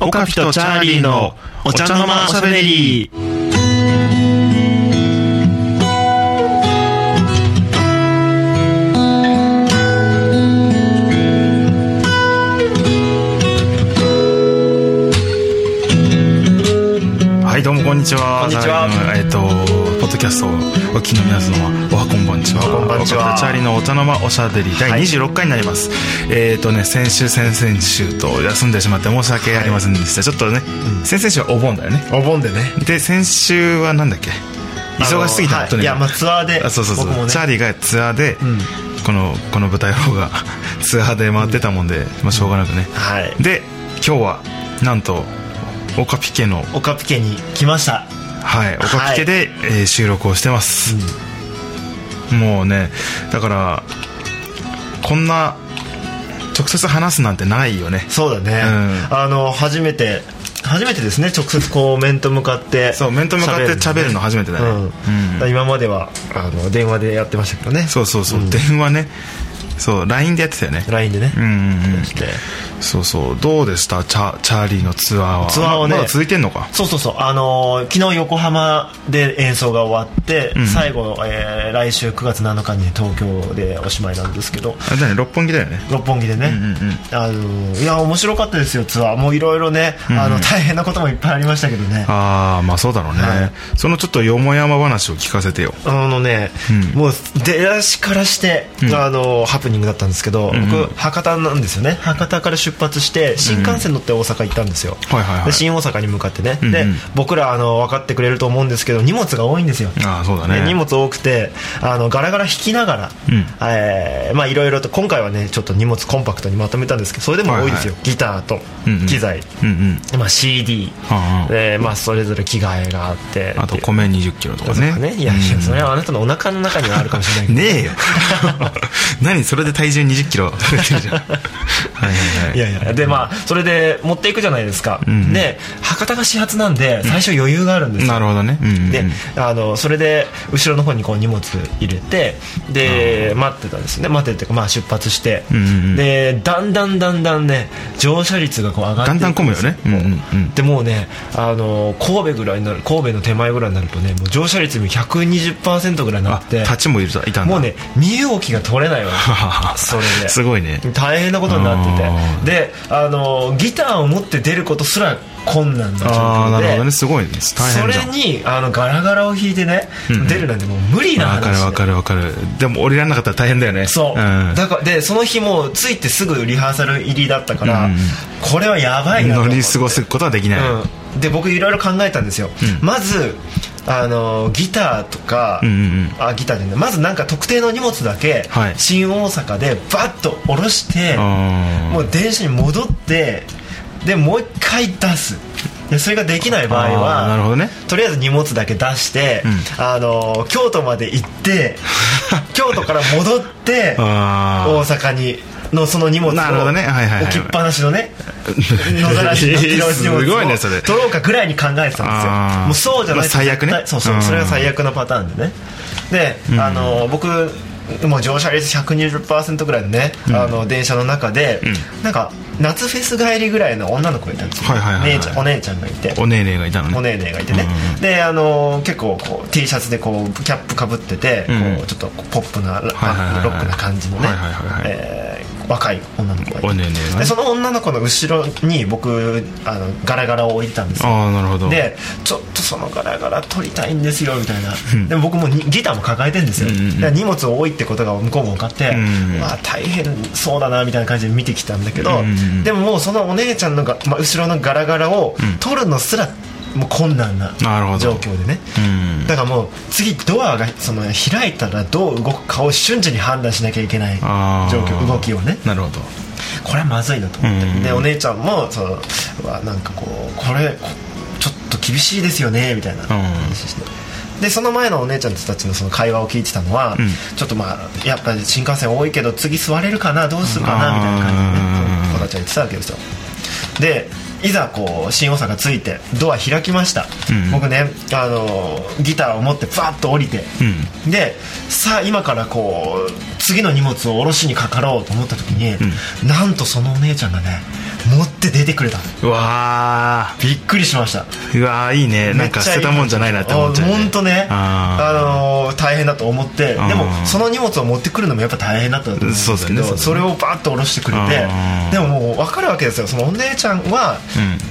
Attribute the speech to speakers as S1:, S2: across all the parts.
S1: オカピとチャーリーのお茶の間おしゃべり。
S2: はい、どうもこんにちは。
S1: こんにちは
S2: ライブえっ、と、ポッドキャストをお聞きの皆様、おはこんばんちは。
S1: おはこんばんちは
S2: 岡田チャーリーのお茶の間おしゃべり
S1: はい
S2: 第26回になります。えっ、とね、先週、先々週と休んでしまって申し訳ありませんでした。ちょっとね、先々週はお盆だよね。
S1: お盆でね。
S2: で、先週はなんだっけ忙しすぎた
S1: あの
S2: と
S1: はい
S2: に
S1: いや、
S2: かく
S1: まあツアーで。
S2: あそうそうそう、
S1: 僕もね
S2: チャーリーがツアーで、
S1: ん
S2: このこの舞台の方が ツアーで回ってたもんで、まあ、しょうがなくね、
S1: はい。
S2: で今日はなんとオカピ家の
S1: オカピ家に来ました。
S2: はいオカピ家で、えー収録をしてます、もうねだからこんな直接話すなんてないよね
S1: そうだね。
S2: う
S1: あの、初めて、初めてですね、直接こう、面と向かって。
S2: そう面と向かって喋るの初めてだね
S1: うん
S2: うん
S1: だから今までは、あの、電話でやってましたけどね。
S2: そうそうそう、電話ねそう LINE でやってたよね
S1: LINE でね
S2: う。んうんうん
S1: して
S2: そうそうどうでしたチャチャーリーのツアーは
S1: ツアーはね
S2: まだ続いてんのか
S1: そうそうそう、あのー昨日横浜で演奏が終わって、
S2: ん
S1: 最後、えー来週9月7日に東京でおしまいなんですけど
S2: あれだね六本木だよね
S1: 六本木でね、
S2: うんうん
S1: あのーいや面白かったですよツアーもういろいろね、あの大変なこともいっぱいありましたけどね
S2: ああまあそうだろうね、
S1: はい
S2: そのちょっとよもやま話を聞かせてよ
S1: あのね、
S2: うん
S1: もう出だしからして、あのハプニングだったんですけど、僕博多なんですよね博多から出発して新幹線乗って大阪行ったんですよ、
S2: はいはいはい
S1: で新大阪に向かってね、
S2: うん
S1: で
S2: うん
S1: 僕らあの分かってくれると思うんですけど荷物が多いんですよ
S2: ああそうだ
S1: で
S2: ね
S1: 荷物多くてあのガラガラ引きながら、
S2: うん
S1: えーまあいろいろと今回はねちょっと荷物コンパクトにまとめたんですけどそれでも多いですよ、ギターと
S2: うんうん
S1: 機材、
S2: うんうん
S1: まあ、CD
S2: ああ
S1: で、まあ、それぞれ着替えがあって
S2: あと米2 0キロとかね
S1: ねいやいやそれはあなたのお腹の中にはあるかもしれないけど
S2: ねえよ 何それで体重2 0キロ増えてるじゃんはいはいはい
S1: いやいやでまあそれで持っていくじゃないですか、
S2: ん
S1: で博多が始発なんで最初余裕があるんですよ、
S2: なるほどねうんうんうん
S1: であのそれで後ろの方にこう荷物入れてで待ってたんですね待っててまあ出発して、
S2: うんうんうん
S1: でだんだんだんだんね乗車率がこう上がって
S2: だんだん混むよねうんうんうん
S1: でもうねあの神戸ぐらいになる神戸の手前ぐらいになるとねもう乗車率も120%ぐらいにな
S2: あ
S1: って
S2: 立ちもいるいたんだ
S1: もう ね身動きが取れないわけそれです
S2: ごいね
S1: 大変なことになって
S2: あー
S1: てであのギターを持って出ることすら困難な状
S2: ああ
S1: 況
S2: な
S1: で
S2: るほどねすごいね大
S1: そ
S2: 変じゃ
S1: れ
S2: ん
S1: にあのガラガラを弾いてね、
S2: うんうん
S1: 出るなんてもう無理な
S2: わ
S1: 話
S2: かるわかるわかるでも降りられなかったら大変だよね
S1: そう、
S2: ん
S1: だからでその日もう着いてすぐリハーサル入りだったから、
S2: うんうん
S1: これはやばいなと
S2: 乗
S1: 思って
S2: り過ごすことはできない、
S1: うん、で僕いろいろ考えたんですよ、
S2: うん
S1: まずあのギターとか、
S2: うんうんうん
S1: あギターじゃないまずなんか特定の荷物だけ、
S2: はい
S1: 新大阪でバッと下ろして
S2: あー
S1: もう電車に戻ってでもう一回出すでそれができない場合
S2: あーなるほ
S1: は、
S2: どね
S1: とりあえず荷物だけ出して、
S2: う
S1: あの京都まで行って 京都から戻って
S2: あー
S1: 大阪にのその荷物を
S2: なるほどねはいはいはい
S1: 置きっぱなしの ね
S2: ん
S1: 野ざらしの荷物を
S2: すごいねそれ
S1: 取ろうかぐらいに考えてたんです
S2: あ
S1: よ
S2: ー
S1: もうそうじゃないと
S2: まあ最悪ね
S1: 絶対そうそううんそれが最悪のパターンでねで、あの僕もう乗車率120%ぐらいのね、あの電車の中で、なんか夏フェス帰りぐらいの女の子がいたんですよ、
S2: はいはいはいはい
S1: 姉ちゃんお姉ちゃんがいて
S2: おねえねえがいたのね
S1: お姉姉がいてね、
S2: うん
S1: であのー結構こう T シャツでこうキャップかぶってて、
S2: うん
S1: こうちょっとこうポップな、
S2: はいはいはいはい
S1: ロックな感じのね
S2: はいはいはいはい
S1: えー若い女の子が
S2: お
S1: いて
S2: ねえねえが
S1: で
S2: ね
S1: その女の子の後ろに僕あのガラガラを置いてたんですよ
S2: ああなるほど
S1: でちょっとそのガラガラ取りたいんですよみたいな、でも僕もにギターも抱えてるんですよ、
S2: うんうんうん
S1: で荷物多いってことが向こうも分かって、
S2: うんうん
S1: まあ大変そうだなみたいな感じで見てきたんだけど、
S2: うんうんうん
S1: でももうそのお姉ちゃんのが、まあ、後ろのガラガラを取るのすらもう困難な
S2: なるほど
S1: 状況でね、
S2: うん
S1: だからもう次ドアがその開いたらどう動くかを瞬時に判断しなきゃいけない状
S2: あー
S1: 況動きをね
S2: なるほど
S1: これはまずいなと思って、
S2: うんうんうん
S1: でお姉ちゃんもそのうわなんかこうこれこちょっと厳しいですよねみたいな話して、でその前のお姉ちゃんたちのその会話を聞いてたのは、
S2: ん
S1: ちょっとまあやっぱり新幹線多いけど次座れるかなどうするかなみたいな感じでね
S2: あー
S1: 子たちは言ってたわけですよでいざこう新大阪着いてドア開きました、
S2: うん
S1: 僕ねあのギターを持ってバーッと降りて、
S2: うん
S1: でさあ今からこう次の荷物を下ろしにかかろうと思った時に、なんとそのお姉ちゃんがね持って出てくれた
S2: うわ
S1: びっくりしました
S2: ーうわーいいねなんか捨てたもんじゃないなって思っちゃう
S1: 本当ね
S2: あ
S1: あのー大変だと思ってで
S2: あー
S1: もその荷物を持ってくるのもやっぱ大変だったと思うんです
S2: そう
S1: け
S2: だ
S1: ど
S2: よね
S1: そ,、
S2: そうだよね
S1: れをバッと下ろしてくれて
S2: あー
S1: でももう分かるわけですよそのお姉ちゃんは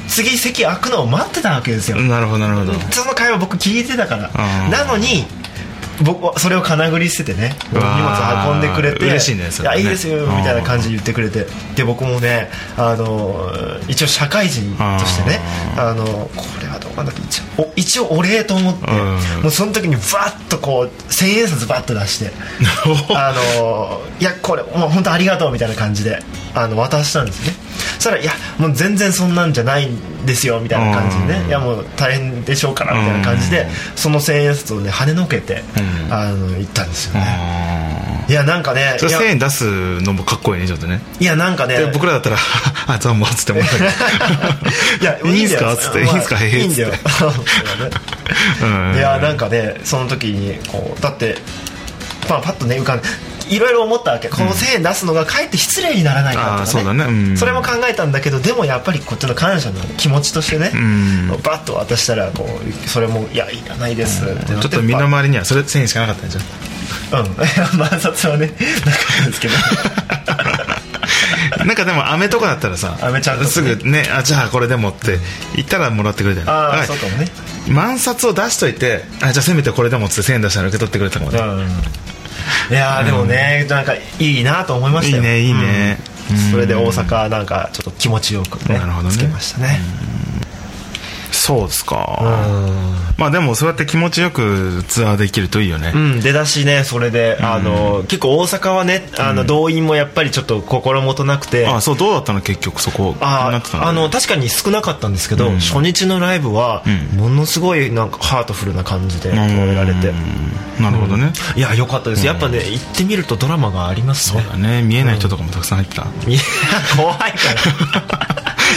S2: う
S1: 次席開くのを待ってたわけですよ、
S2: ーなるほどなるほど
S1: その会話僕聞いてたから
S2: あー
S1: なのに僕はそれをかなぐり捨ててね
S2: う
S1: 荷
S2: わー
S1: 物運んでくれて
S2: 嬉しいねそ
S1: い
S2: れ
S1: や
S2: ね
S1: いいですよみたいな感じで言ってくれてで僕もねあの一応社会人としてねあのこれはどうかなって一応お一応お礼と思って
S2: うん
S1: もうその時にバッとこう千円札バッと出 してあのいやこれもう本当ありがとうみたいな感じであの渡したんですねそしたら「いやもう全然そんなんじゃないんですよ」みたいな感じで
S2: う
S1: ね
S2: ん
S1: いやもう大変でしょうからみたいな感じで
S2: うん
S1: その千円札をね跳ねのけて、
S2: うん
S1: あの行ったんですよね、い
S2: あ
S1: やなんかね
S2: ーそ
S1: い
S2: れ
S1: や
S2: 1000円出すのもかっこいいねちょっとね
S1: いやなんかね
S2: で僕らだ ったら「あざんも」っつってもらったけど
S1: いや
S2: いいんす
S1: だよ
S2: かっつって
S1: まあ
S2: いいんすかへへ
S1: いいんだよ
S2: っつ
S1: そうだね
S2: うん
S1: い やなんかねその時にこうだって、まあ、パッとね浮かんでいろいろ思ったわけこの1000円出すのがかえって失礼にならないか
S2: あー
S1: とか、ね
S2: そうだねうん
S1: それも考えたんだけどでもやっぱりこっちの感謝の気持ちとしてね、
S2: ん
S1: バッと渡したらこうそれも「いやいらないです」って
S2: ちょ
S1: な
S2: ってと身の回りにはそれ1000円しかなかったん じゃん
S1: うん まあ摩擦はねなかったんですけ ど
S2: なんかでも飴とかだったらさ
S1: 飴ちゃんとか
S2: す
S1: ね
S2: ぐねあじゃあこれでもって言ったらもらってくれたよね
S1: あ
S2: は
S1: あ
S2: い
S1: そうかもね
S2: 万札を出しといてあじゃあせめてこれでもっつって1000円出したら受け取ってくれたかもね
S1: うんいやーでもね、なんかいいなと思いまし
S2: い
S1: た
S2: い
S1: よ
S2: ねいいね
S1: うん
S2: うん
S1: それで大阪なんかちょっと気持ちよくね
S2: なるほどね
S1: つけましたね
S2: そうです
S1: う
S2: かまあでもそうやって気持ちよくツアーできるといいよね
S1: ん、うん、出だしねそれで、あの結構大阪はねあの動員もやっぱりちょっと心もとなくて、
S2: あそうどうだったの結局そこな
S1: あ
S2: ってた
S1: あの確かに少なかったんですけど、初日のライブは
S2: うん
S1: ものすごいなんかハートフルな感じで終えられて、
S2: うんなるほどね
S1: いや良かったです、やっぱね行ってみるとドラマがありますね
S2: そうだね見えない人とかもたくさん入ってた
S1: いや 怖いから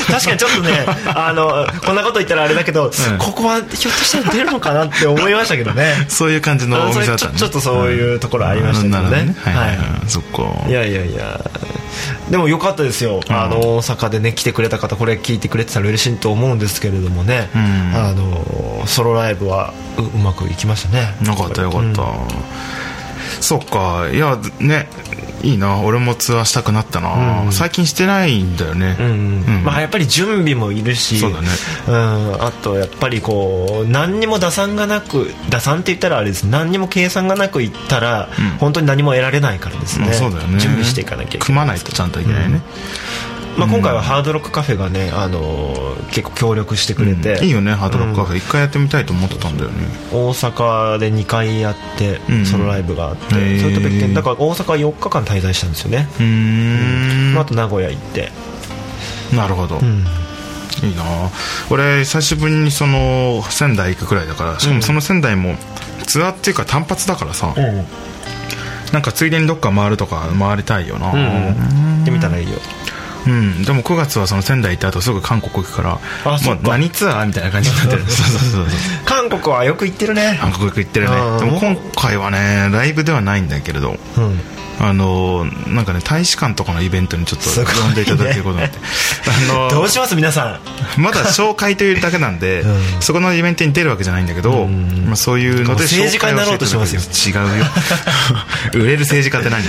S1: 確かにちょっとねあのこんなこと言ったらあれだけど、
S2: ん
S1: ここはひょっとしたら出るのかなって思いましたけどね
S2: そういう感じのお店だった
S1: あそれちょちょっとそういうところありましたけどね
S2: うんなるほはいはい
S1: は
S2: はいそっか
S1: いやいやいやでも良かったですよ、あの大阪でね来てくれた方これ聞いてくれてたら嬉しいと思うんですけれどもね、
S2: ん
S1: あのソロライブはううまくいきましたね
S2: よかったよかった、そっかいやねいいな俺もツアーしたくなったな、最近してないんだよねう
S1: うん
S2: ん
S1: まあ、やっぱり準備もいるし
S2: そうだね
S1: うん、あとやっぱりこう何にも打算がなく打算って言ったらあれです何にも計算がなくいったら、
S2: うん
S1: 本当に何も得られないからですね,、
S2: まあそうだよね
S1: 準備していかなきゃいけない
S2: 組まないとちゃんといけないね、
S1: まあ、今回はハードロックカフェがね、あのー結構協力してくれて、
S2: いいよねハードロックカフェ一回やってみたいと思ってたんだよね
S1: 大阪で2回やって、
S2: うん
S1: ソロライブがあってそ
S2: へー
S1: れと別件だから大阪4日間滞在したんですよね、
S2: うーん
S1: まあ、あと名古屋行って、
S2: なるほど、
S1: うん
S2: いいな俺久しぶりにその仙台行くくらいだからしかもその仙台もツアーっていうか単発だからさ、
S1: うん
S2: なんかついでにどっか回るとか回りたいよな、
S1: 行ってみたらいいよ
S2: うん、でも9月はその仙台行った後すぐ韓国行くから
S1: あそっか
S2: もう何ツアーみたいな感じになっ てるそうそうそうそう
S1: 韓国はよく行ってるね、
S2: 韓国行ってるね
S1: あー
S2: でも今回はねライブではないんだけれど
S1: うん
S2: あのーなんかね大使館とかのイベントにちょっと
S1: すごいね
S2: 呼んでいただけることに なって、あのー
S1: どうします皆さん
S2: まだ紹介というだけなんで、
S1: うん
S2: そこのイベントに出るわけじゃないんだけど、
S1: ん
S2: まあ、そういうので
S1: 政治家になろうとしてますよ
S2: 紹介をしていただく違う よ売れる政治家って何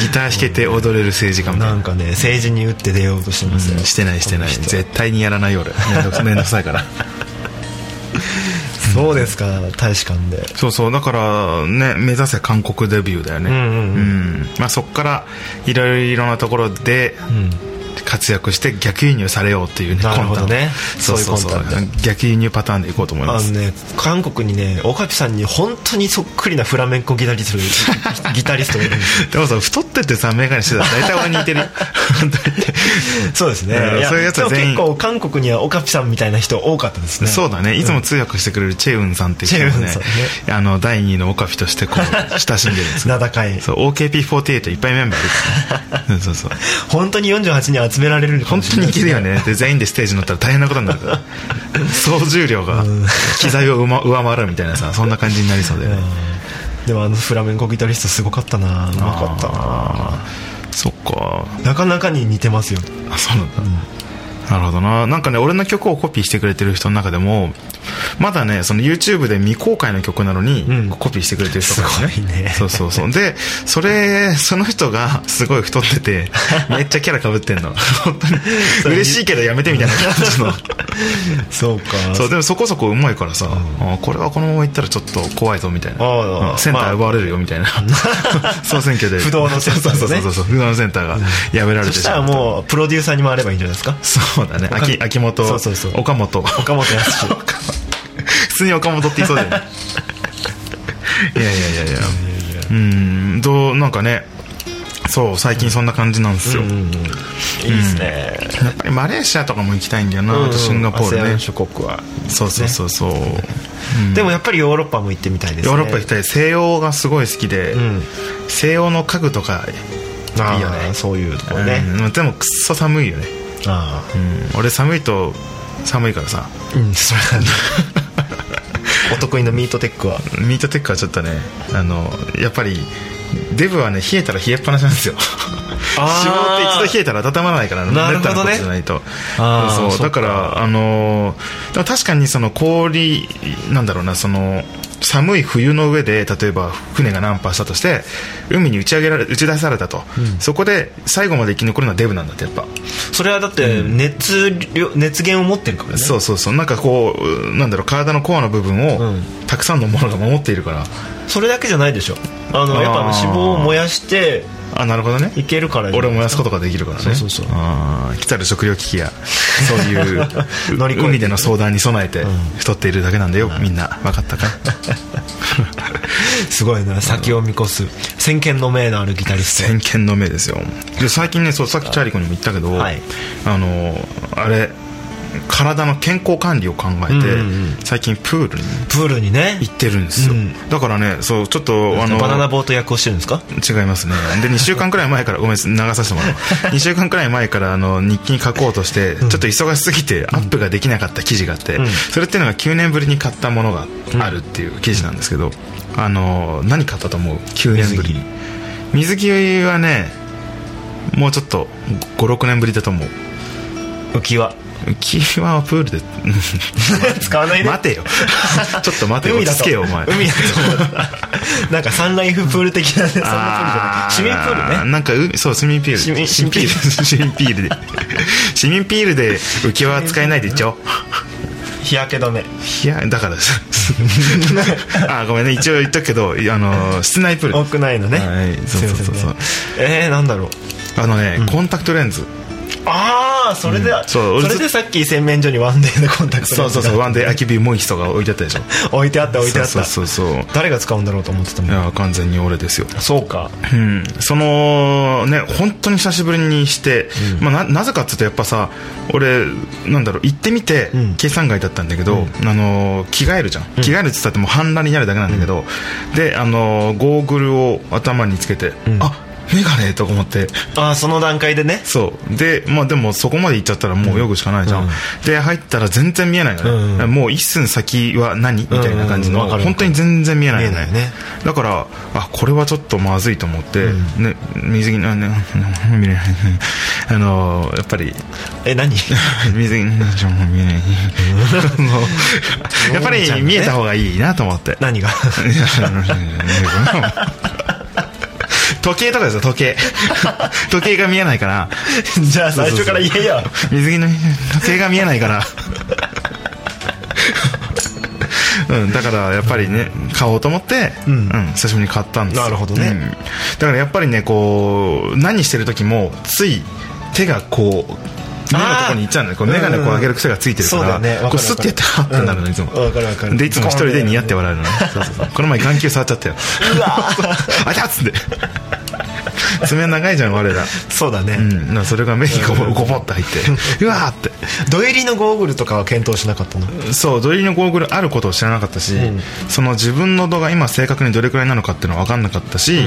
S2: ギター弾けて踊れる政治家みたいな
S1: なんかね政治に打って出ようとしてますよ、
S2: してないしてない
S1: この人
S2: 絶対にやらない俺めんどくめんどくさいから
S1: そうですか大使館で
S2: そうそうだからね目指せ韓国デビューだよね
S1: うんうんうん
S2: うんまあ、そっからいろいろなところで
S1: うん
S2: 活躍して逆輸入されようっていうね
S1: なるほどね
S2: 魂胆そうそうそ
S1: そう
S2: う
S1: いう魂
S2: 逆輸入パターンでいこうと思いま
S1: あの
S2: す
S1: ね韓国にねオカピさんに本当にそっくりなフラメンコギタリスト ギタリストがいるんですよ
S2: でもさ太っててさ眼鏡してたら大体俺に似 てるよ本当に
S1: そうですね
S2: うん
S1: や
S2: そういうやつは全員
S1: でも結構韓国にはオカピさんみたいな人多かったですね
S2: そうだねいつも通訳してくれるチェウンさんっていう人
S1: チェ
S2: も
S1: ウン
S2: ね
S1: さんね
S2: あの第2のオカフィとしてこう親しんでる んですよ
S1: 名高い
S2: そう OKP48 いっぱいメンバーいるか らねうんそうそう
S1: 本当に48人集められるのか
S2: 本
S1: もし
S2: 当
S1: れ
S2: に
S1: ない
S2: いけるよね で全員でステージに乗ったら大変なことになる から総重量が機材を上回上回るみたいなさそんな感じになりそうだよね
S1: うんでもあのフラメンコギタリストすごかったなうまかったな
S2: あーそっか
S1: なかなかに似てますよ
S2: あそうなんだ、なるほどななんかね俺の曲をコピーしてくれてる人の中でもまだねその YouTube で未公開の曲なのに、
S1: うん
S2: コピーしてくれてる人が
S1: すごいね
S2: そうそうそうでそれその人がすごい太って てめっちゃキャラかぶってんの本当に嬉しいけどやめてみたいな感じの
S1: そうか
S2: そうでもそこそこうまいからさ、あこれはこのままいったらちょっと怖いぞみたい
S1: ああ
S2: な、うんセンター奪われるよみたいな、総選挙で
S1: 不動のセンターね
S2: そうそうそうそう不動のセンターがやめられ
S1: そ
S2: て
S1: したら
S2: う
S1: もうプロデューサーに回ればいいんじゃないですか
S2: そうだね
S1: 岡
S2: 秋秋元
S1: そうそうそう
S2: 岡本
S1: 岡本康
S2: 普通に岡本って言いそうだよねいやいやいやいやうんどうなんかねそう最近そんな感じなんですよ、
S1: うんうんいいですね
S2: やっぱりマレーシアとかも行きたいんだよな、
S1: うん
S2: あとシンガポール
S1: ASEAN
S2: ね
S1: 諸国は
S2: そうそうそうそう、
S1: でもやっぱりヨーロッパも行ってみたいですね
S2: ヨーロッパ行きたい西洋がすごい好きで、
S1: うん
S2: 西洋の家具とかいいよ
S1: あ
S2: ね
S1: ーそういうところね
S2: うんでもくっそ寒いよね、
S1: あ
S2: うん俺寒いと寒いからさ
S1: あうんそれは ねお得意のミートテックは
S2: ミートテックはちょっとねあのやっぱりデブはね冷えたら冷えっぱなしなんですよ
S1: あー
S2: 脂肪って一度冷えたら温まらないから
S1: なるほどね
S2: めったなことじゃないと
S1: あー
S2: そうそう
S1: そっ
S2: だ
S1: か
S2: からあのーでも確かにその氷なんだろうなその寒い冬の上で例えば船が難破したとして海に打ち上げられ打ち出されたと、そこで最後まで生き残るのはデブなんだってやっぱ
S1: それはだって熱量熱源を持ってるからね
S2: そうそうそうなんかこうなんだろう体のコアの部分を、
S1: うん
S2: たくさんのものが守っているから
S1: それだけじゃないでしょあのやっぱ
S2: あー
S1: 脂肪を燃やして
S2: あなるほどね
S1: いけるから
S2: 俺を燃やすことができるからね
S1: そうそうそう
S2: あー来たる食料危機やそういう
S1: 乗り越えて
S2: 海での相談に備えて太っているだけなんだよ、みんな分 かったか
S1: すごいな先を見越す先見の明のあるギタリスト
S2: 先見の目ですよで最近ねそうさっきチャーリコにも言ったけど、
S1: はい
S2: あのあれ体の健康管理を考えて、
S1: うんうんうん
S2: 最近プールに
S1: プールにね
S2: 行ってるんですよ、
S1: うん
S2: だからねそうちょっとあの
S1: バナナボート役をしてるんですか
S2: 違いますねで2週間くらい前からごめん流させてもらう2週間くらい前からあの日記に書こうとしてちょっと忙しすぎてアップができなかった記事があって、
S1: ん
S2: それっていうのが9年ぶりに買ったものがあるっていう記事なんですけど、あの何買ったと思う9年ぶりに水着はねもうちょっと56年ぶりだと思う
S1: 浮き輪
S2: 浮き輪はプールで
S1: 使わないね
S2: 待てよちょっと待てよ
S1: 海だ
S2: 落
S1: と
S2: ち着けよお前
S1: 海だと思ったなんかサンライフプール的なねそんなプールじゃない市民プールね
S2: ねなんかうそう市民ピール
S1: 市民
S2: 市民ピール 市民ピールで市民ピールで浮き輪は使えないで一応
S1: 日焼け止め
S2: いやだ からすあごめんね一応言っとくけどあの室内プール
S1: 多くないのね
S2: はいそうそうそうそ
S1: すい
S2: う
S1: ませんねえーなんだろう
S2: あのね、コンタクトレンズ
S1: ああそれで
S2: うんそう俺
S1: それでさっき洗面所にワンデーのコンタクト
S2: そうそうそうワンデーアキビーモイストが置いてあったでしょ
S1: 置いてあった置いてあった
S2: そうそうそうそう
S1: 誰が使うんだろうと思ってた
S2: い
S1: もん
S2: や完全に俺ですよ
S1: そうか
S2: うん、そのね本当に久しぶりにして、まあ、ななぜかっていうとやっぱさ俺なんだろう行ってみて、
S1: うん
S2: 計算外だったんだけど、あのー着替えるじゃん着替えるって言ったってもう半裸になるだけなんだけど、であのーゴーグルを頭につけて、あメガネとか思って
S1: ああその段階でね
S2: そうでまあでもそこまで行っちゃったらもう泳ぐしかないじゃん、
S1: うん
S2: で入ったら全然見えないのね、
S1: うんうん
S2: もう一寸先は何みたいな感じ
S1: うん
S2: の、
S1: うんわかるわかる
S2: 本当に全然見えないの
S1: 見えないね
S2: だからあこれはちょっとまずいと思って、ね水着あね見れないあのや っぱり
S1: え 何
S2: 水着ちょもう見えないあの やっぱ
S1: ももちゃん
S2: り
S1: ね
S2: 見えた方がいいなと思 って
S1: 何が
S2: いやあの時計とかですよ時計時計が見えないから
S1: じゃあ最初から言えや
S2: 水着の時計が見えな いからうん、だからやっぱりね買おうと思って、うんん久しぶりに買ったんですよ
S1: なるほどね
S2: うんだからやっぱりねこう何してる時もつい手がこう目のとこにいっちゃうんだよこう眼鏡をこう上げる癖がついてるか
S1: そうだ
S2: ら、
S1: よねわかるわ
S2: こ
S1: か
S2: う
S1: る
S2: スッてやってハッてなるのいつも、
S1: うんわかるわかる
S2: でいつも一人で似合って笑うのねそうそうそうこの前眼球触っちゃったよ
S1: うわ
S2: あいたっつって爪長いじゃん我ら
S1: そうだね、
S2: うん、なそれが目にこうゴボッと入ってうわーって
S1: 土入りのゴーグルとかは検討しなかったの
S2: そうドリルのゴーグルあることを知らなかったし、
S1: うん
S2: その自分の度が今正確にどれくらいなのかっていうのは分かんなかったし、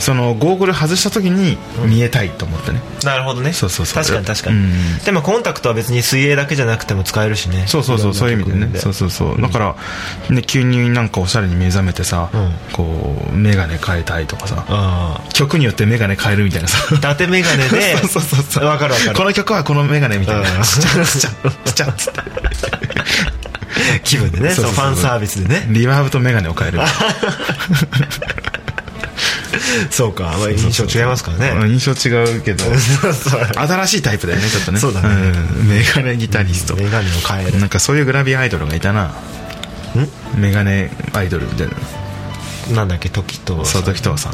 S2: そのゴーグル外した時に見えたいと思ってね、
S1: なるほどね
S2: そうそうそう
S1: 確かに確かに、
S2: うん
S1: でもコンタクトは別に水泳だけじゃなくても使えるしね
S2: そうそうそうそういう意味でねそう
S1: う
S2: そうそうだから、ね、急になんかおしゃれに目覚めてさ、
S1: うん
S2: こう眼鏡変えたいとかさ
S1: ああ
S2: 曲によって眼鏡変えるみたいなさ
S1: 伊達眼鏡で
S2: そうそうそうそう
S1: わかるわかる
S2: この曲はこの眼鏡みたい
S1: うん
S2: なちっちゃちっちゃちっちゃっつって
S1: 気分でねそ
S2: そ
S1: うう
S2: そうそう
S1: ファンサービスでね
S2: リバーブと眼鏡を変える
S1: そうか、まあ、印象違いますからね
S2: うん印象違うけど
S1: そう
S2: 新しいタイプだよねちょっとね
S1: そうだね
S2: ん眼鏡ギタリスト
S1: 眼鏡を変える
S2: なんかそういうグラビアアイドルがいたな眼鏡アイドルみたいな
S1: なんだっけ時と
S2: 佐々木とさん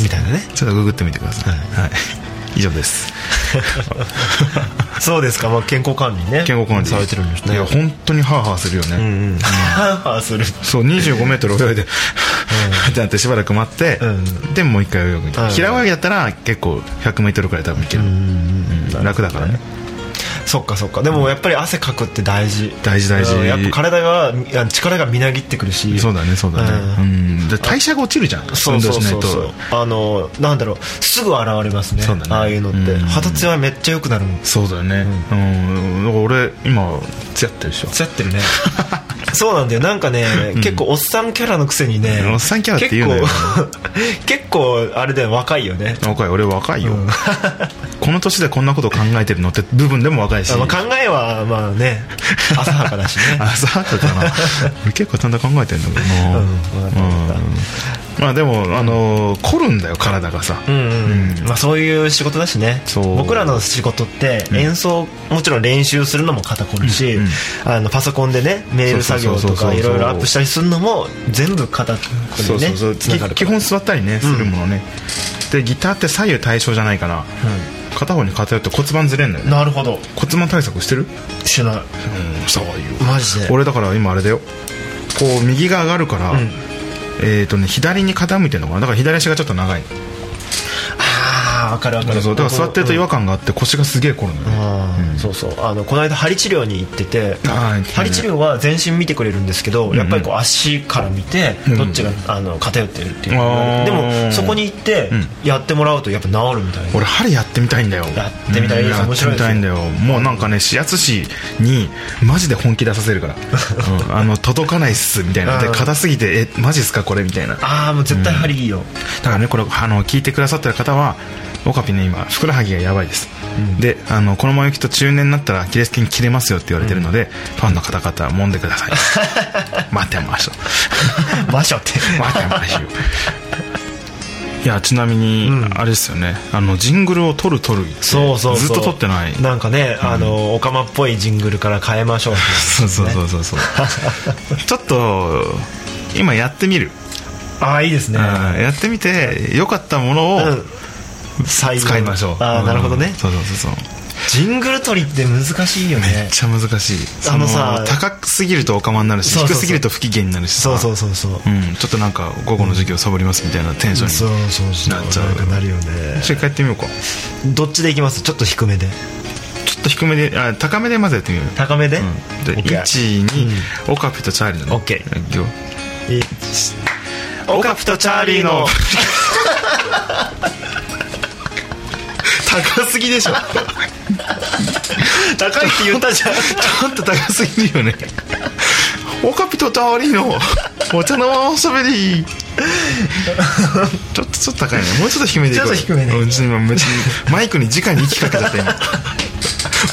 S1: みたいな ね
S2: ちょっとググってみてください、はい以上です
S1: そうですか、まあ、健康管理ね
S2: 健康管理
S1: されてるんですね
S2: いや本当にハーハーするよね、
S1: うんうん
S3: ハーハーする
S2: そう2 5メートル泳いでってなってしばらく待って、
S1: うん
S2: でもう一回泳ぐみたいな、
S1: うん
S2: 平泳ぎだったら結構1 0 0メートルくらい多分いける、うん楽だからね
S1: そっかそっかでもやっぱり汗かくって大事
S2: 大事大事
S1: うんやっぱ体がいや力がみなぎってくるし
S2: そうだねそうだね、うんんで代謝が落ちるじゃん
S1: そうそうそう
S2: 運動し
S1: そ
S2: な
S1: う
S2: いと
S1: あのなんだろうすぐ現れますね
S2: そうだね
S1: ああいうのって
S2: うん
S1: 肌ツヤめっちゃ良くなるもん
S2: そうだよねうん、だから俺今つやってるでしょ
S1: ツヤってるね そうなんだよなんかね、結構おっさんキャラのくせにね
S2: うんおっさんキャラって言うなよ
S1: 結構 結構あれだよ若いよね
S2: 若い俺若いよ、 この年でこんなこと考えてるのって部分でも若いし
S1: あまあ考えはまあね浅はかだし ね
S2: 朝方か な俺結構ちゃんと考えてんだけどな、
S1: うんわかったわかった
S2: まあでもあのー凝るんだよ体がさ、
S1: うんうんうんまあ、そういう仕事だしね
S2: そう
S1: 僕らの仕事って演奏、もちろん練習するのも肩こるし、
S2: うんうん
S1: あのパソコンでねメール作業
S2: そうそ
S1: と
S2: うそうそう
S1: か
S2: そう
S1: いろいろアップしたりするのも全部肩こ
S2: そ
S1: り
S2: う
S1: ね
S2: そうそう、
S1: つながる
S2: き基
S1: から
S2: 本座ったりねするものね、でギターって左右対称じゃないから、片方に偏って骨盤ずれんのよね
S3: なるほど
S2: 骨盤対策してる
S3: しない
S2: うんした方がいいよ
S3: マジで
S2: 俺だから今あれだよこう右が上がるから、えっ、とね左に傾いてるのかなだから左足がちょっと長いの
S3: ああ分かる分か
S2: そう
S3: る
S2: そうだから座ってると違和感があって腰がすげえ凝るのよね、
S1: あーそうそうあのこの間針治療に行ってて
S2: あー
S1: 針治療は全身見てくれるんですけど、やっぱりこう足から見て
S2: ん
S1: どっちが、あの偏ってるっていう、
S2: あー
S1: でもそこに行って
S2: ん
S1: やってもらうとやっぱ治るみたいな、
S2: 俺針やってみたいんだよ
S1: やってみたい
S2: うん
S1: いいです
S2: や
S1: 面
S2: って
S1: 白いで
S2: み
S1: すよ
S2: たいんだよもうなんかね指圧師にマジで本気出させる から、うんあの届かないっすみたいなで
S1: うん
S2: 硬すぎてえマジっすかこれみたいなだか
S1: ああもう絶対針いいよ、
S2: らねこれあの聞いてくださってる方はオカピね今ふくらはぎがやばいです、であのこのまま行くと中年になったらアキレス腱切れますよって言われてるので、ファンの方々は揉んでく ださい待ってましょう
S1: 場所 って
S2: 待ってましょういやちなみに、あれですよねあのジングルを撮る撮るって
S1: そうそうそう
S2: ずっと撮ってない
S1: なんかね、あのオカマっぽいジングルから変えましょうって
S2: そうそうそうそうそう ちょっと今やってみる、
S1: ああいいですね
S2: うんやってみて良かったものを
S1: うん最後
S2: 使いましょう、
S1: ああなるほどね
S2: うん、そうそうそうそうめっ
S1: ジングル取りって難しいよね
S2: ちゃ難しい
S1: あのさ
S2: その高すぎるとお釜になるし
S1: そうそうそう
S2: 低すぎると不機嫌になるしさ
S1: そうそうそうそう、
S2: うん、ちょっとなんか午後の授業サボりますみたいなテンションに
S1: そうそうそう
S2: なっちゃうん
S1: かなるよね
S2: ちょっと一回やってみようか
S1: どっちでいきますちょっと低めで
S2: ちょっと低めであ高めでまずやってみようよ
S1: 高めで、
S2: うんで
S1: OK
S2: 1にオカピとチャーリーの
S1: オッケー
S2: 行くよ
S1: いオカプとチャーリーの
S2: 高すぎでしょ
S1: 高いって言ったじゃん
S2: ちょっと高すぎるよねオカピとチャーリーのお茶のままおしゃべりちょっとちょっと高いねもうちょっと低めでいこう
S1: ちょっと低めで
S2: うんちょっと今めっちゃマイクに直に息かけちゃった今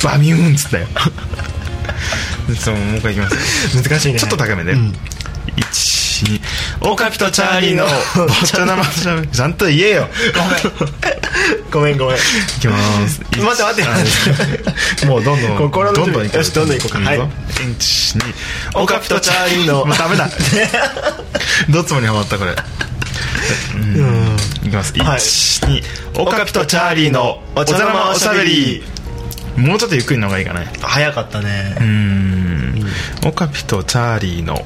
S2: バミューンっつったよそうもう一回いきます
S1: 難しいね
S2: ちょっと高めで、一二
S1: オカピとチャーリーの
S2: お茶のままおしゃべりちゃんと言えよ
S1: ごめんごめん
S2: いきます。
S1: 待って待
S2: って。もうどんどん。
S1: 心の準
S2: ど
S1: 備
S2: んどん行こう。
S1: よしどんどん行こうか
S2: いくぞ
S1: はい。
S2: 一二。
S1: オカピとチャーリーの
S2: もうダメだ。どつもにハマったこれ。うん。いきます。
S1: はい
S2: 一二。
S1: オカピとチャーリーのお茶の間おしゃべり
S2: もうちょっとゆっくりの方がいいかね。
S1: 早かったね、
S2: うん。オカピとチャーリーの。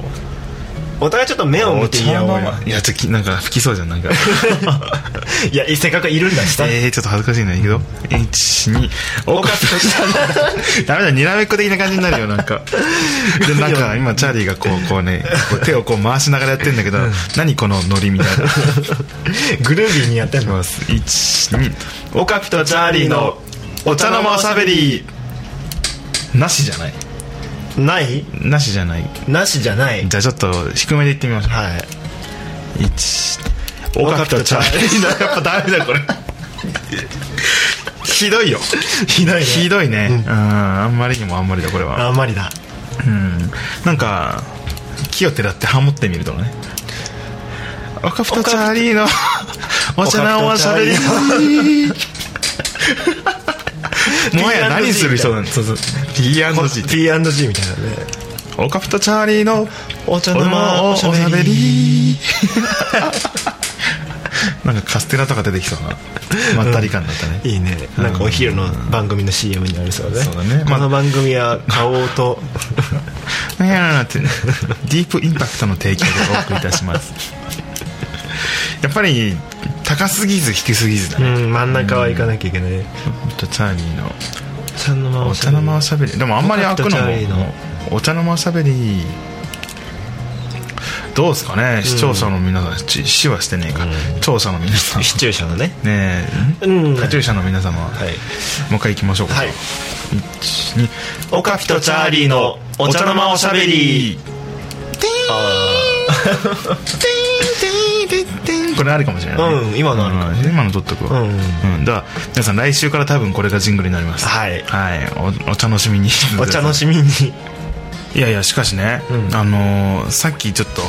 S4: お互いちょっと目を
S2: お
S4: 見て
S2: 茶
S4: いやお
S2: の
S4: や
S2: 間いやちょっときなんか吹きそうじゃんなんか
S4: いやせっかくいるんだしさ
S2: えー、ちょっと恥ずかしいんだけど12おかし いダメだにらめっこ的な感じになるよなんかでなんか今チャーリーがこうこうねこう手をこう回しながらやってんだけど、何このノリみたいな
S4: グルービーにやってん
S2: い
S4: の
S2: ます12オカピとチャーリーのお茶の間おしゃべりなしじゃない
S4: ない
S2: なしじゃない
S4: なしじゃない
S2: じゃあちょっと低めでいってみましょ
S4: はいう
S2: 1オカピとチャーリーのやっぱダメだこれひどいよ
S4: ひどいね
S2: ひどいねうんあんまりにもあんまりだこれは
S4: あんまりだ
S2: うんなんか木をてらってハモってみるとかねオカピとチャーリーのお茶の間おしゃべり
S4: オカ
S2: もはや何する人なんですか P&G って
S4: P&G みたいなね
S2: オカピとチャーリーの
S4: お茶
S2: お
S4: の間お
S2: し
S4: し
S2: ゃ
S4: ゃべり
S2: べり なんかカステラとか出てきそうなまったり感だったね、
S4: いいねなんかお昼の番組の CM にありそうだね
S2: そうだねまあ
S4: この番組は顔と
S2: いやなってディープインパクトの提供でお送りいたします やっぱり高すぎず低すぎずだ
S4: う
S2: ね、
S4: ん真ん中は行かなきゃいけないね
S2: とチャーリーの
S4: お茶の間
S2: お茶の間おしゃべりでもあんまり開くの
S4: 僕たちはいいの
S2: もお茶の間おしゃべりどうですかね視聴者の皆さんち市はしてねえか聴者の皆さん
S4: シチュエーションのね
S2: ねえ
S4: うん
S2: カチューシャの皆様も
S4: いう
S2: 一回行きましょうか
S4: はい
S2: 12
S4: オカピとチャーリーのお茶の間おしゃべり
S2: ティーンティーンティーンティーンこれあるかもしれないね、
S4: うん今のあるかもし
S2: うん今の撮っとくわ
S4: うん
S2: うんだから皆さん来週から多分これがジングルになります
S4: はい
S2: はいおお茶のしみにし て
S4: お
S2: くださ
S4: 茶
S2: い
S4: のしみに
S2: いやいやしかしね、あのーさっきちょっと、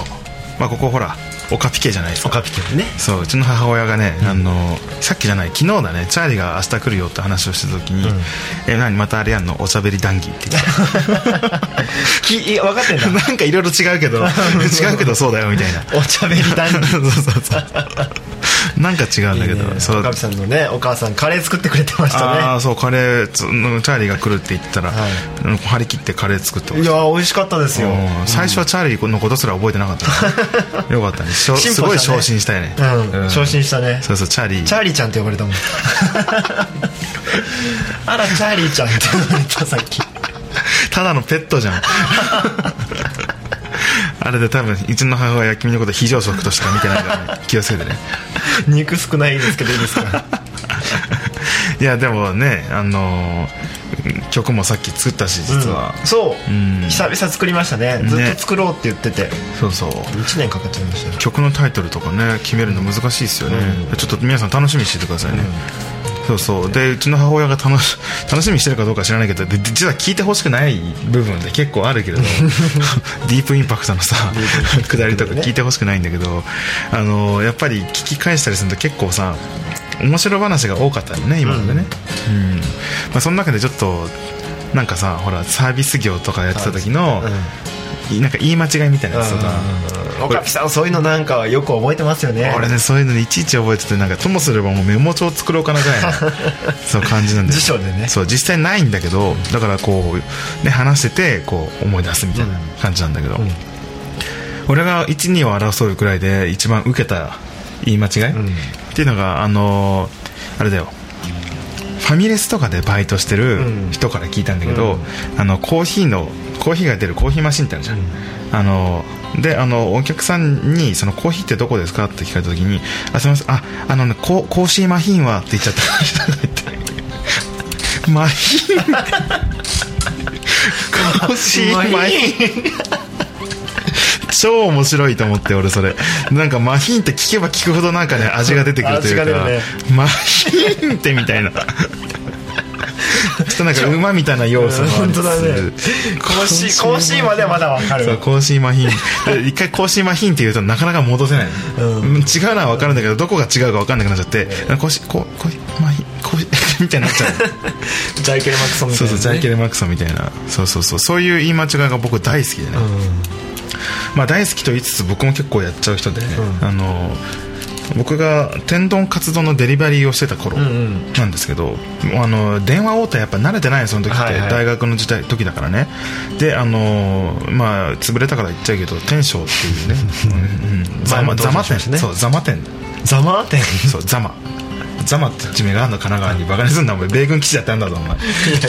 S2: まあ、ここほらオカピケじゃないですか
S4: オカピとね
S2: そううちの母親がね、あのーさっきじゃない昨日だねチャーリーが明日来るよって話をした時に「え何またあれやんのおしゃべり談義」って言って
S4: きいや分かってん だ
S2: たなんかいろいろ違 うけど違うけどそうだよみたいな
S4: お茶べりだ に
S2: そうそうそうなんか違うんだけどそう
S1: おかみさんのねお母さんカレー作ってくれてました
S2: ああそうカレーつチャーリーが来るって言ったら、
S1: はい
S2: うん張り切ってカレー作ってま
S1: ねい
S2: した
S1: や美味しかったですよ
S2: うん最初はチャーリーのことすら覚えてなかったねよかったねしょ
S1: 進
S2: す
S1: 歩
S2: ごい
S1: したね
S2: 昇進したよね
S1: うん昇進したね
S2: そうそうチャーリー
S1: チャーリーちゃんって呼ば れたもんあらチャーリーちゃんって呼ばれたさっき
S2: ただのペッ トじゃんあれで多分うちの母親は君のこと非常食としか見てないから、ね、気をつけてね
S1: 肉少ないんですけどいいですか
S2: いやでもねあのー曲もさっき作ったし実は、
S1: うんそう
S2: うん
S1: 久々作りましたねずっと作ろうって言ってて
S2: そうそう
S1: 1年かかっちゃいましたね
S2: 曲のタイトルとかね決めるの難しいですよね、ちょっと皆さん楽しみにしててくださいね、そうそうでうちの母親が楽し 楽しみにしてるかどうか知らないけどで実は聞いてほしくない部分で結構ある けれどディープインパクトのさ下りとか聞いてほしくないんだけど、あのやっぱり聞き返したりすると結構さ面白話が多かったよね今までね、うんまあ、その中でちょっとなんかさほらサービス業とかやってた時の、なんか言い間違いみたいなやつとか、
S1: おかみさんそういうのなんかよく覚えてますよね
S2: 俺ねそういうのにいちいち覚えててなんかともすればもうメモ帳作ろうかなぐらいなそう感じなんで
S1: 辞書でね
S2: そう実際ないんだけどだからこう、ね、話しててこう思い出すみたいな感じなんだけど、俺が12を争うくらいで一番受けた言い間違い、っていうのがあのーあれだよファミレスとかでバイトしてる人から聞いたんだけど、あのコーヒーのコーヒーが出るコーヒーマシンってあるじゃん、あのであのお客さんにそのコーヒーってどこですかって聞かれた時に「あすみませんああのねココーシーマヒーンは」って言っちゃった人がいてマヒーンコーシーマヒーン超面白いと思って俺それなんかマヒーンって聞けば聞くほどなんかね味が出てくるというか
S1: 味が出るね
S2: マヒーンってみたいなちょっとなんか馬みたいな要素もありつつ
S1: うん本当だね甲子甲子まではまだわか
S2: そ
S1: る
S2: う甲子マヒンで一回甲子マヒンって言うとなかなか戻せない、違うのは分かるんだけどどこが違うか分かんなくなっちゃって甲子こ甲子マヒン甲子 みたいになっちゃう
S1: ジャイケル・マクソンみた
S2: そ
S1: いうな
S2: そう
S1: ね
S2: ジャイケル・マクソンみたいなそうそうそうそういう言い間違いが僕大好きでね、まあ大好きと言いつつ僕も結構やっちゃう人でね、あの僕が天丼カツ丼のデリバリーをしてた頃なんですけど、もうあの電話応対やっぱ慣れてないのその時って、
S1: はいはい
S2: 大学の時代時だからねであのーまあ潰れたから言っちゃうけど天翔っていうねうんうんざ
S4: ま
S2: ま
S4: あ
S2: ざま
S4: どうしま
S2: 店
S4: しょうね
S2: そうざま店
S4: ざまって
S2: そうざまざまって地名があるの神奈川にバカにすんなお前米軍基地だったんだぞお 前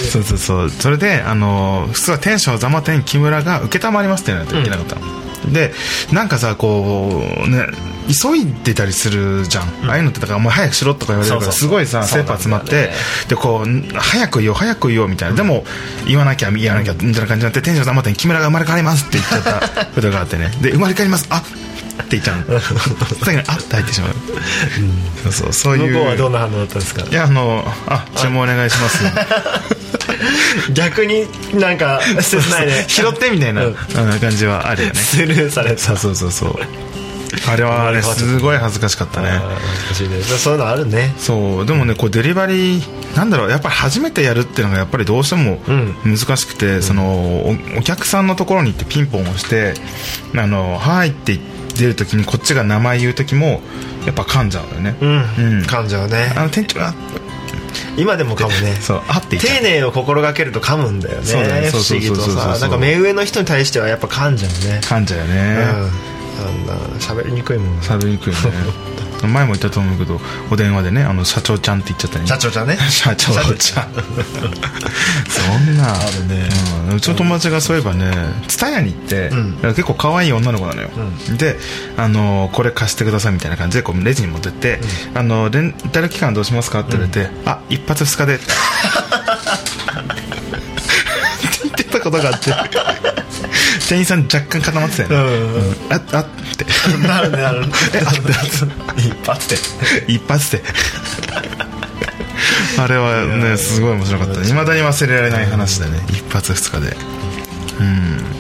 S2: そうそうそうそれであのー普通は天翔ざま天木村が承りますって言わないといけなかったの、でなんかさこうね急いでたりするじゃん、ああいうのってだからもう早くしろとか言われるか
S1: そう
S2: ら
S1: そうそう
S2: すごいさ
S1: そう
S2: 切
S1: なんだ
S2: 羽
S1: よね
S2: 詰まってでこうん早く言おう早く言おうみたいな、でも言わなきゃ言わなきゃみたいな感じになって天翔さん待って木村が生まれ変わりますって言っちゃったことがあってねで生まれ変わりますあって言っちゃう の最後にあって入ってしまう、そうそうそういう
S4: 向こうはどんな反応だったんですか
S2: いやあのあ注文お願い します
S4: 逆になんか切 ないね
S2: 拾ってみたいな、
S4: う
S2: うんん、感じはあるよね
S4: スルーされ
S2: そ
S4: た
S2: うそうそうそうあれはあれすごい恥ずかしかったね
S4: あー懐かしいねそういうのあるね
S2: そうでもねこうデリバリーなんだろうやっぱり初めてやるっていうのがやっぱりどうしても
S4: ん
S2: 難しくて、そのおお客さんのところに行ってピンポン押して「あのはい」って出るときにこっちが名前言うときもやっぱ噛んじゃうのよね、
S4: うん、
S2: うん
S4: 感情ね
S2: あの店長あ
S4: 今でも噛むね
S2: そうあって言っちゃう
S4: 丁寧を心がけると噛むんだよ
S2: そうだ
S4: ね
S2: ね
S4: 不
S2: そうそ
S4: 思議
S2: うそう
S4: と
S2: そうそう
S4: さなんか目上の人に対してはやっぱ噛んじゃうね
S2: 噛んじゃうよ
S4: うん
S2: ね、
S4: あんな喋りにくいもん
S2: 喋りにくいよね前も言ったと思うけどお電話でねあの社長ちゃんって言っちゃったね
S1: 社長ちゃんね
S2: 社長ちゃんそんなあ
S4: るね、
S2: うん、うちの友達がそういえばね蔦屋に行って、結構可愛い女の子なのよ、で、あのこれ貸してください」みたいな感じでこうレジに持ってって、あの「レンタル期間どうしますか?」って言われて「あ一発二日で」って言ってたことがあって店員さん若干固まってた
S4: う
S2: よね、
S4: ん
S2: ああって
S4: なるねなるね
S1: 一発で
S2: 一発で あれはねすごい面白かったいまだに忘れられない話だね一発二日でうん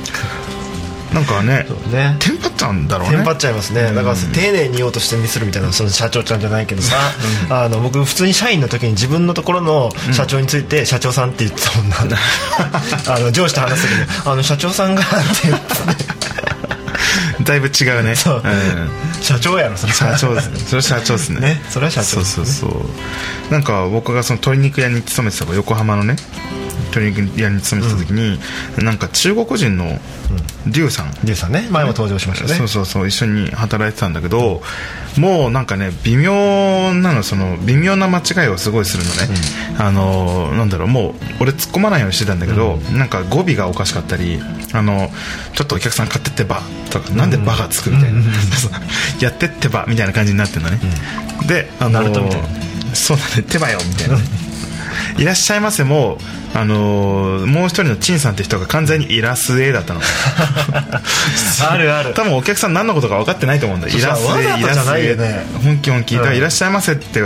S2: なんかね
S4: ね
S2: テンパっちゃうんだろうね
S4: テンパっちゃいますねだから丁寧に言おうとしてミスるみたいなその社長ちゃんじゃないけどさ、あの僕普通に社員の時に自分のところの社長について社長さんって言ってたもん な、あの上司と話す時にあの社長さんがって言って
S2: だいぶ違うね
S4: そうん社長やろそれ
S2: 社長 ですねそれ社長ですね
S4: ねそれは社長
S2: そうそうそうなんか僕がその鶏肉屋に勤めてた横浜のね鶏肉屋に勤めてた時に、なんか中国人の劉さん
S4: リュウさんね前も登場しましたね
S2: そうそうそう一緒に働いてたんだけど、もうなんかね微妙なのその微妙な間違いをすごいするのね、あのなんだろうもう俺突っ込まないようにしてたんだけど、なんか語尾がおかしかったりあのちょっとお客さん買ってってばとか、なんでばがつくみたいな、 そうやってってばみたいな感じになってるのね、であの
S4: ナルトみたいな
S2: そうだね手ばよみたいなねいらっしゃいませも、あのもう一人の陳さんって人が完全にイラスエだったの
S4: あるある
S2: 多分お客さん何のことか分かってないと思うんだよ
S4: そう
S2: イラス
S4: わざ
S2: で
S4: と
S2: イラ
S4: じゃ
S2: ス
S4: ないよ
S2: で、
S4: ね
S2: 本気本気だから
S4: うん
S2: いらっしゃいませって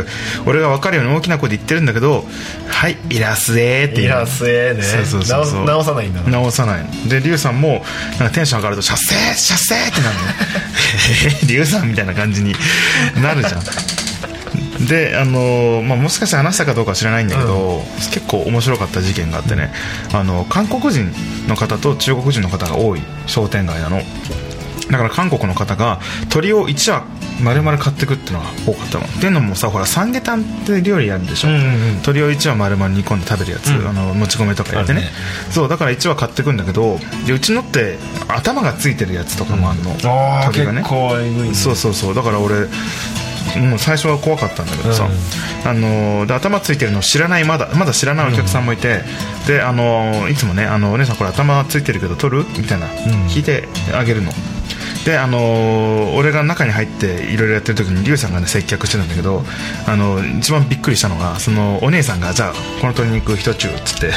S2: 俺が分かるように大きな声で言ってるんだけどはいイラスでって
S4: イ
S2: 言うの
S4: ラスえね
S2: そうそうそうそう
S4: 直直さないんだな
S2: 直さないのでリュウさんもなんかテンション上がると「シャッセーシャッセー!」っ てなるのねえーリュウさんみたいな感じになるじゃんであのーまあ、もしかして話したかどうかは知らないんだけど、結構面白かった事件があってね、あの韓国人の方と中国人の方が多い商店街なのだから韓国の方が鶏を1羽丸々買ってくってのが多かったのっていうのもさほらサンゲタンって料理やるでしょ、
S4: うんうんうん
S2: 鶏を1羽丸々煮込んで食べるやつ、あのもち米とかやってね
S4: あるね
S2: そうだから1羽買ってくんだけどでうちのって頭がついてるやつとかもあるの、
S4: ああ
S2: 鳥が
S4: 結構えぐいね
S2: そうそうそうだから俺もう最初は怖かったんだけどさ、あのーで頭ついてるの知らないまだまだ知らないお客さんもいて、であのーいつもねあの「お姉さんこれ頭ついてるけど取る?」みたいな、聞いてあげるのであのー俺が中に入っていろいろやってる時にリュウさんがね接客してたんだけどあのー一番びっくりしたのがそのお姉さんが「じゃあこの鶏肉一中」っつって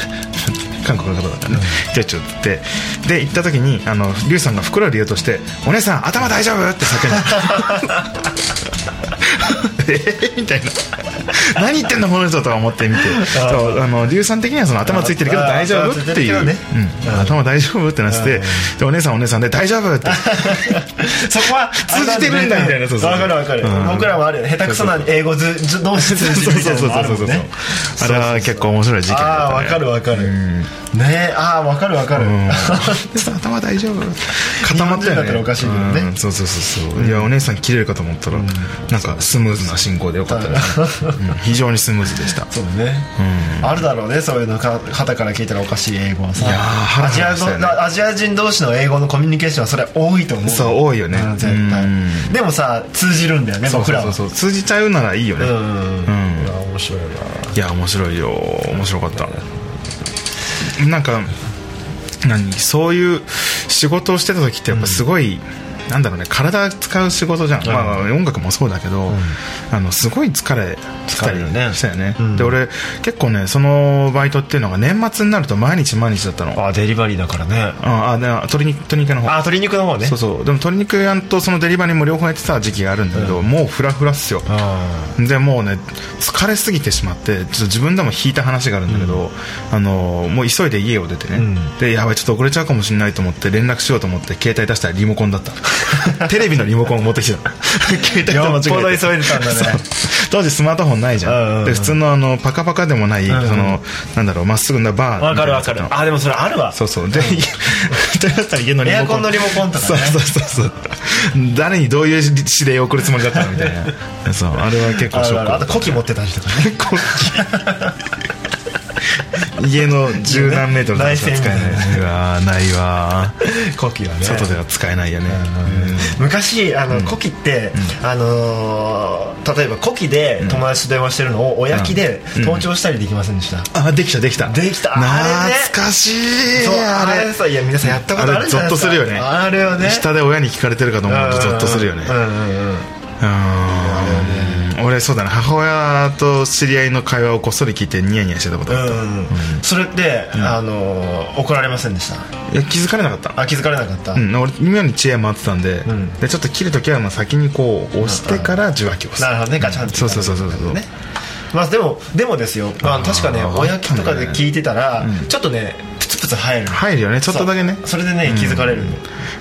S2: 韓国の方だったね一中っつってで行った時にあのリュウさんが袋を入れようとして「お姉さん頭大丈夫?」って叫んだえーみたいな何言ってんだこの人とは思って見てそうあの龍さん的にはその頭ついてるけど
S4: あー
S2: 大丈夫っていう、
S4: 頭ついてる
S2: うん頭大丈夫ってなっててでお姉さんお姉さんで大丈夫って
S4: そこは
S2: 通じてるんだみたいなそうそう
S4: わかるわかる、
S2: うん
S4: 僕らもあるよね下手くそな英語ず同士通じてるみたいなのもあるもんね
S2: あれは結構面白い事件だった、ね、
S4: ああわかるわかる、
S2: うん
S1: ねえああ分かる分かる、
S2: うん、頭大丈夫固まった
S1: 日本人だっ
S2: よ
S1: たら
S2: ね
S1: おかしいけどね
S2: うんそうそうそうそう、いやお姉さん切れるかと思ったら、なんかスムーズな進行でよかったです、うん非常にスムーズでした
S1: そうね、あるだろうねそういうのか方から聞いたらおかしい英語はさ
S2: いやー腹
S1: アジア
S2: 立ちました
S1: 語
S2: よね
S1: アジア人同士の英語のコミュニケーションはそれは多いと思う
S2: そう多いよね
S1: ん絶
S2: う
S1: 対
S2: ん
S1: でもさ通じるんだよね
S2: そう
S1: 僕
S2: そう
S1: ら
S2: そ
S1: は
S2: うそう通じちゃうならいいよね、
S1: うん
S2: うん
S1: いや面白いない
S2: や面白いよ面白かったなんか何そういう仕事をしてた時ってやっぱすごい、なんだろうね体使う仕事じゃん、まあまあ、音楽もそうだけど、あのすごい疲れしたり
S1: 疲れるね
S2: したよね、で俺結構ねそのバイトっていうのが年末になると毎日毎日だったのあ
S1: あデリバリーだからね
S2: あで鶏肉鶏肉の方
S1: あ鶏肉の方ね
S2: そうそうでも鶏肉屋とそのデリバリーも両方やってた時期があるんだけど、もうフラフラっすよ
S1: あ
S2: でもうね疲れすぎてしまってちょっと自分でも引いた話があるんだけど、あのもう急いで家を出てね、
S1: ん
S2: でやばいちょっと遅れちゃうかもしれないと思って連絡しようと思って携帯出したらリモコンだった テレビのリモコンを持ってきた携帯と間違えて
S1: よっぽど急いでたんだね
S2: そう当時スマートフォンないじ
S1: うんうん
S2: ゃ
S1: うんん
S2: で普通のあのパカパカでもない、
S1: んうん
S2: そのなんだろうまっすぐなバー
S1: あ分かる
S2: わ
S1: 分かるあでもそれあるわ
S2: そうそうで、とりあえず 家のリモコ
S1: エア
S2: ン
S1: コンのリモコンとかね
S2: そうそうそうそう誰にどういう指令を送るつもりだったのみたいなそうあれは結
S1: あ
S2: 構シ
S1: る
S2: ョ
S1: あ
S2: ック
S1: るあとコキ持ってたりとかね
S2: こっち 家の十何メートルのしか使えないいうわーないわー
S1: コキはね
S2: 外では使えないよね
S1: 昔あの、コキって、あのー例えばコキで友達と電話してるのを親機で盗聴したりできませんでした、
S2: あできたできた
S1: できたあれね
S2: 懐かしい
S1: そう
S2: あ
S1: あれ
S2: れ
S1: さいや皆さんやったこ
S2: あ
S1: とあ
S2: れ
S1: る
S2: ゾ
S1: じゃない
S2: ッと
S1: です
S2: す
S1: か
S2: るよね
S1: あれはね
S2: 下で親に聞かれてるかと思うとゾッとするよね
S1: うんうんうん
S2: うん俺そうだな母親と知り合いの会話をこっそり聞いてニヤニヤしてたこと
S1: う
S2: あった、
S1: んうんそれって、あのー怒られませんでした
S2: いや気づかれなかった
S1: あ気づかれなかった、
S2: うん、俺妙に知恵回ってたんで,、
S1: ん
S2: でちょっと切るときはまあ先にこう押してから受話器を押す
S1: なるほどねガチャンって
S2: そうそうそうそう
S1: ねまあでもでもですよ、まあ、確かね
S2: あー
S1: 親機とかで聞いてたら、
S2: うん
S1: ちょっとねプツプツ入るの
S2: 入るよねちょっとだけね
S1: そうそれでね気づかれるの、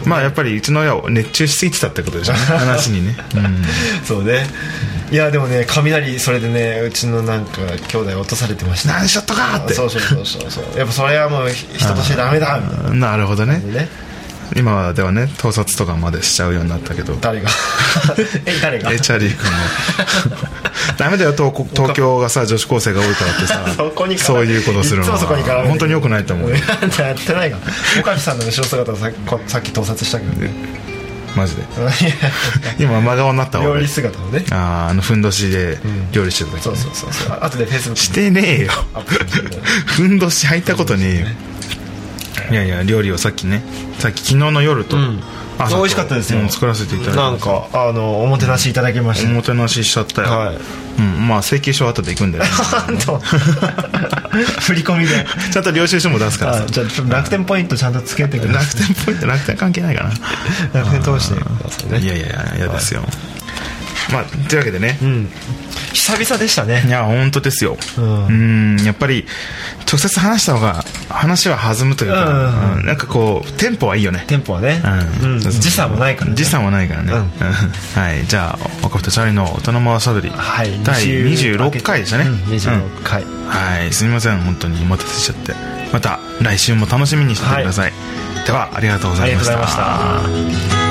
S2: まあやっぱりうちの親を熱中しすぎてたってこと でしょうね話にね、うん
S1: そうねいやでもね雷それでねうちのなんか兄弟落とされてました
S2: 何しちゃったかって
S1: そうそうそうそうそうやっぱそれはもう人としてダメだみたいな
S2: なるほどね
S1: ね
S2: 今ではね盗撮とかまでしちゃうようになったけど
S1: 誰がえ誰が
S2: えチャーリー君も ダメだよ東東京がさ女子高生が多いからってさ
S1: そこに絡む
S2: そういうことするの
S1: いつもそこに絡む
S2: 本当に良くないと思うよ
S1: やってないが岡地さんの後ろ姿をさこさっき盗撮したけどね
S2: マジで
S1: い
S2: 今真顔になった
S1: や
S2: わ
S1: 料
S2: 俺
S1: 理姿をね
S2: あーあのふんどしで料理してた時、
S1: そうそうそうそうあとでフェイスブック
S2: してねえよ
S1: アップするんで
S2: ふんどし入ったことねえよいやいや料理をさっきねさっき昨日の夜と、
S1: ん
S2: 朝と
S1: 美味しかったですよ
S2: うん作らせていただいて
S1: なんかあのおもてなしいただきまし
S2: お
S1: た
S2: もてなししちゃった よ、
S1: はい
S2: うん、まあ請求書は後で行くんだよ、ね、
S1: なんと 振り込みで
S2: ちゃんと領収書も出すから
S1: あ
S2: さ
S1: じゃあちょっと楽天ポイントちゃんとつけてくだ
S2: 楽
S1: さ
S2: 天ポイント楽天関係ないか
S1: い楽天通してください
S2: な、い
S1: ね
S2: やいやいや嫌ですよ、まあというわけでね、
S1: うん久々でした
S2: い
S1: ね
S2: や本当ですよう
S1: うん
S2: んやっぱり直接話した方が話は弾むという
S1: うんうん
S2: か、
S1: うん
S2: うんなんかこうテンポはいいよね
S1: 店舗はね
S2: うん
S1: うん時差もないからね
S2: 時差もないからね、
S1: うん
S2: はいじゃあ若太チャーリーの大人まわしゃべり、
S1: はい
S2: 第
S1: 20
S2: 26回でしたね、
S1: うん
S2: うん
S1: 26回
S2: はいすみません本当にお待たせしちゃってまた来週も楽しみにしててください、ではありがとうございました
S1: ありがとうございました